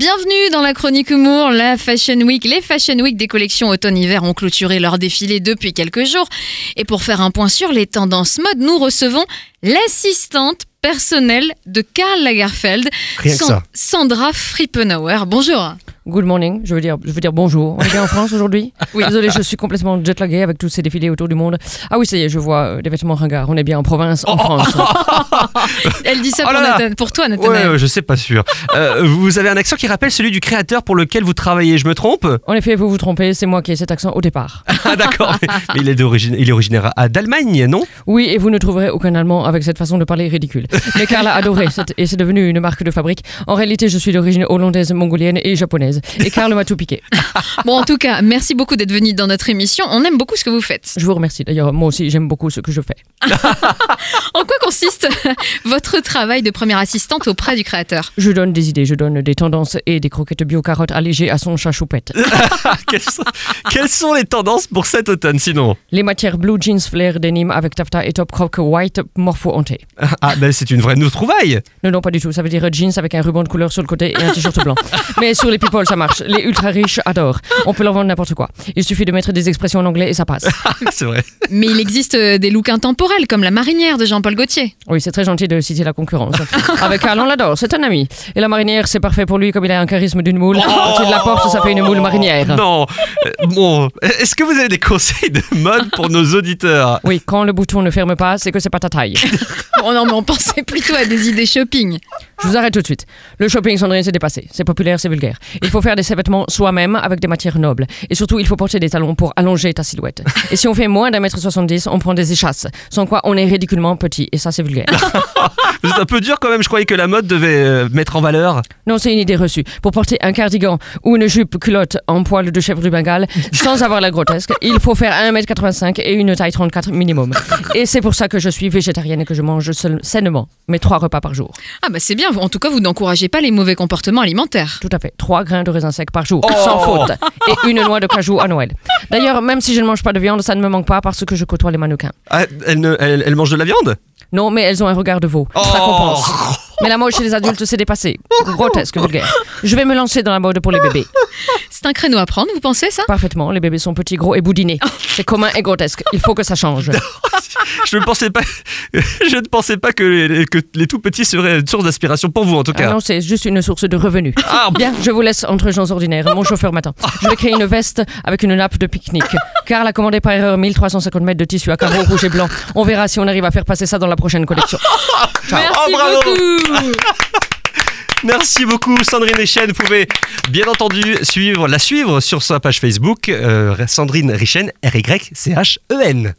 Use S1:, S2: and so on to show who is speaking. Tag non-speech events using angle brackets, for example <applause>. S1: Bienvenue dans la chronique humour, la Fashion Week. Les Fashion Week des collections automne-hiver ont clôturé leur défilé depuis quelques jours. Et pour faire un point sur les tendances mode, nous recevons l'assistante personnelle de Karl Lagerfeld,
S2: Rien que ça.
S1: Sandra Frippenauer. Bonjour.
S3: Good morning, je veux dire, je veux dire bonjour. On est bien en France aujourd'hui
S1: Oui.
S3: Désolé, je suis complètement jetlagué avec tous ces défilés autour du monde. Ah oui, ça y est, je vois euh, des vêtements ringards. On est bien en province, en France.
S1: Elle dit ça
S2: Oh
S1: pour,
S2: là là.
S1: Nathan- pour toi,
S2: Ouais,
S1: Nathanaël.
S2: ouais, je sais pas sûr. Euh, vous avez un accent qui rappelle celui du créateur pour lequel vous travaillez, je me trompe
S3: En effet, vous vous trompez, c'est moi qui ai cet accent au départ.
S2: Ah d'accord, mais, mais il est d'origine il est originaire à- d'Allemagne, non
S3: Oui, et vous ne trouverez aucun Allemand avec cette façon de parler ridicule. Mais Karl a adoré cette- et c'est devenu une marque de fabrique. En réalité, je suis d'origine hollandaise, mongolienne et japonaise. Et Karl m'a tout piqué.
S1: Bon, en tout cas, merci beaucoup d'être venu dans notre émission. On aime beaucoup ce que vous faites.
S3: Je vous remercie. D'ailleurs, moi aussi, j'aime beaucoup ce que je fais.
S1: En quoi consiste <laughs> votre travail de première assistante auprès du créateur
S3: Je donne des idées, je donne des tendances et des croquettes bio-carottes allégées à son chat choupette.
S2: quelles, sont, quelles sont les tendances pour cet automne sinon
S3: Les matières blue jeans flair denim avec taffeta et top croc white morpho hanté.
S2: Ah ben c'est une vraie nous trouvaille.
S3: Non, non, pas du tout. Ça veut dire jeans avec un ruban de couleur sur le côté et un t-shirt blanc. Mais sur les people, ça marche. Les ultra riches adorent. On peut leur vendre n'importe quoi. Il suffit de mettre des expressions en anglais et ça passe.
S2: c'est vrai.
S1: Mais il existe euh, des looks intemporels comme la marinière de Jean-Paul Gaultier.
S3: Oui, c'est très gentil de citer la concurrence. Avec Karl, on l'adore. C'est un ami. Et la marinière, c'est parfait pour lui comme il a un charisme d'une moule. Au-dessus de la porte, ça fait une moule marinière.
S2: Non. Euh, Bon, est-ce que vous avez des conseils de mode pour nos auditeurs
S3: Oui, quand le bouton ne ferme pas, c'est que c'est pas ta taille.
S1: Oh non, mais on pensait plutôt à des idées shopping.
S3: Je vous arrête tout de suite. Le shopping, Sandrine, c'est dépassé. C'est populaire, c'est vulgaire. Il faut faire des vêtements soi-même avec des matières nobles. Et surtout, il faut porter des talons pour allonger ta silhouette. Et si on fait moins d'un mètre soixante-dix, on prend des échasses. Sans quoi, on est ridiculement petit. Et ça, c'est vulgaire.
S2: Vous êtes un peu dur quand même, je croyais que la mode devait euh, mettre en valeur.
S3: Non, c'est une idée reçue. Pour porter un cardigan ou une jupe culotte en poil de chèvre du Bengale, sans avoir la grotesque, il faut faire 1m85 et une taille 34 minimum. Et c'est pour ça que je suis végétarienne et que je mange seul- sainement mes trois repas par jour.
S1: Ah bah c'est bien, en tout cas vous n'encouragez pas les mauvais comportements alimentaires.
S3: Tout à fait. Trois grains de raisin sec par jour,
S2: Oh
S3: sans faute. Et une noix de cajou à Noël. D'ailleurs, même si je ne mange pas de viande, ça ne me manque pas parce que je côtoie les mannequins.
S2: Ah, elle, ne- elle- elle mange de la viande
S3: Non, mais elles ont un regard de
S2: Oh.
S3: veau. Ça compense. Mais la mode chez les adultes, c'est dépassé. Grotesque, vulgaire. Je vais me lancer dans la mode pour les bébés.
S1: C'est un créneau à prendre, vous pensez ça
S3: Parfaitement, les bébés sont petits, gros et boudinés. C'est commun et grotesque. Il faut que ça change.
S2: je ne pensais pas, <laughs> je ne pensais pas que les, que les tout petits seraient une source d'inspiration pour vous en tout
S3: Ah
S2: cas.
S3: non, c'est juste une source de revenus.
S2: Ah,
S3: Bien, je vous laisse entre gens ordinaires. Mon chauffeur m'attend. Je vais créer une veste avec une nappe de pique-nique. Karl a commandé par erreur 1350 mètres de tissu à carreaux rouge et blanc. On verra si on arrive à faire passer ça dans la prochaine collection.
S1: Merci
S2: Oh, bravo
S1: beaucoup
S2: merci beaucoup Sandrine Richen. Vous pouvez bien entendu suivre, la suivre sur sa page Facebook euh, Sandrine Richen R Y C H E N.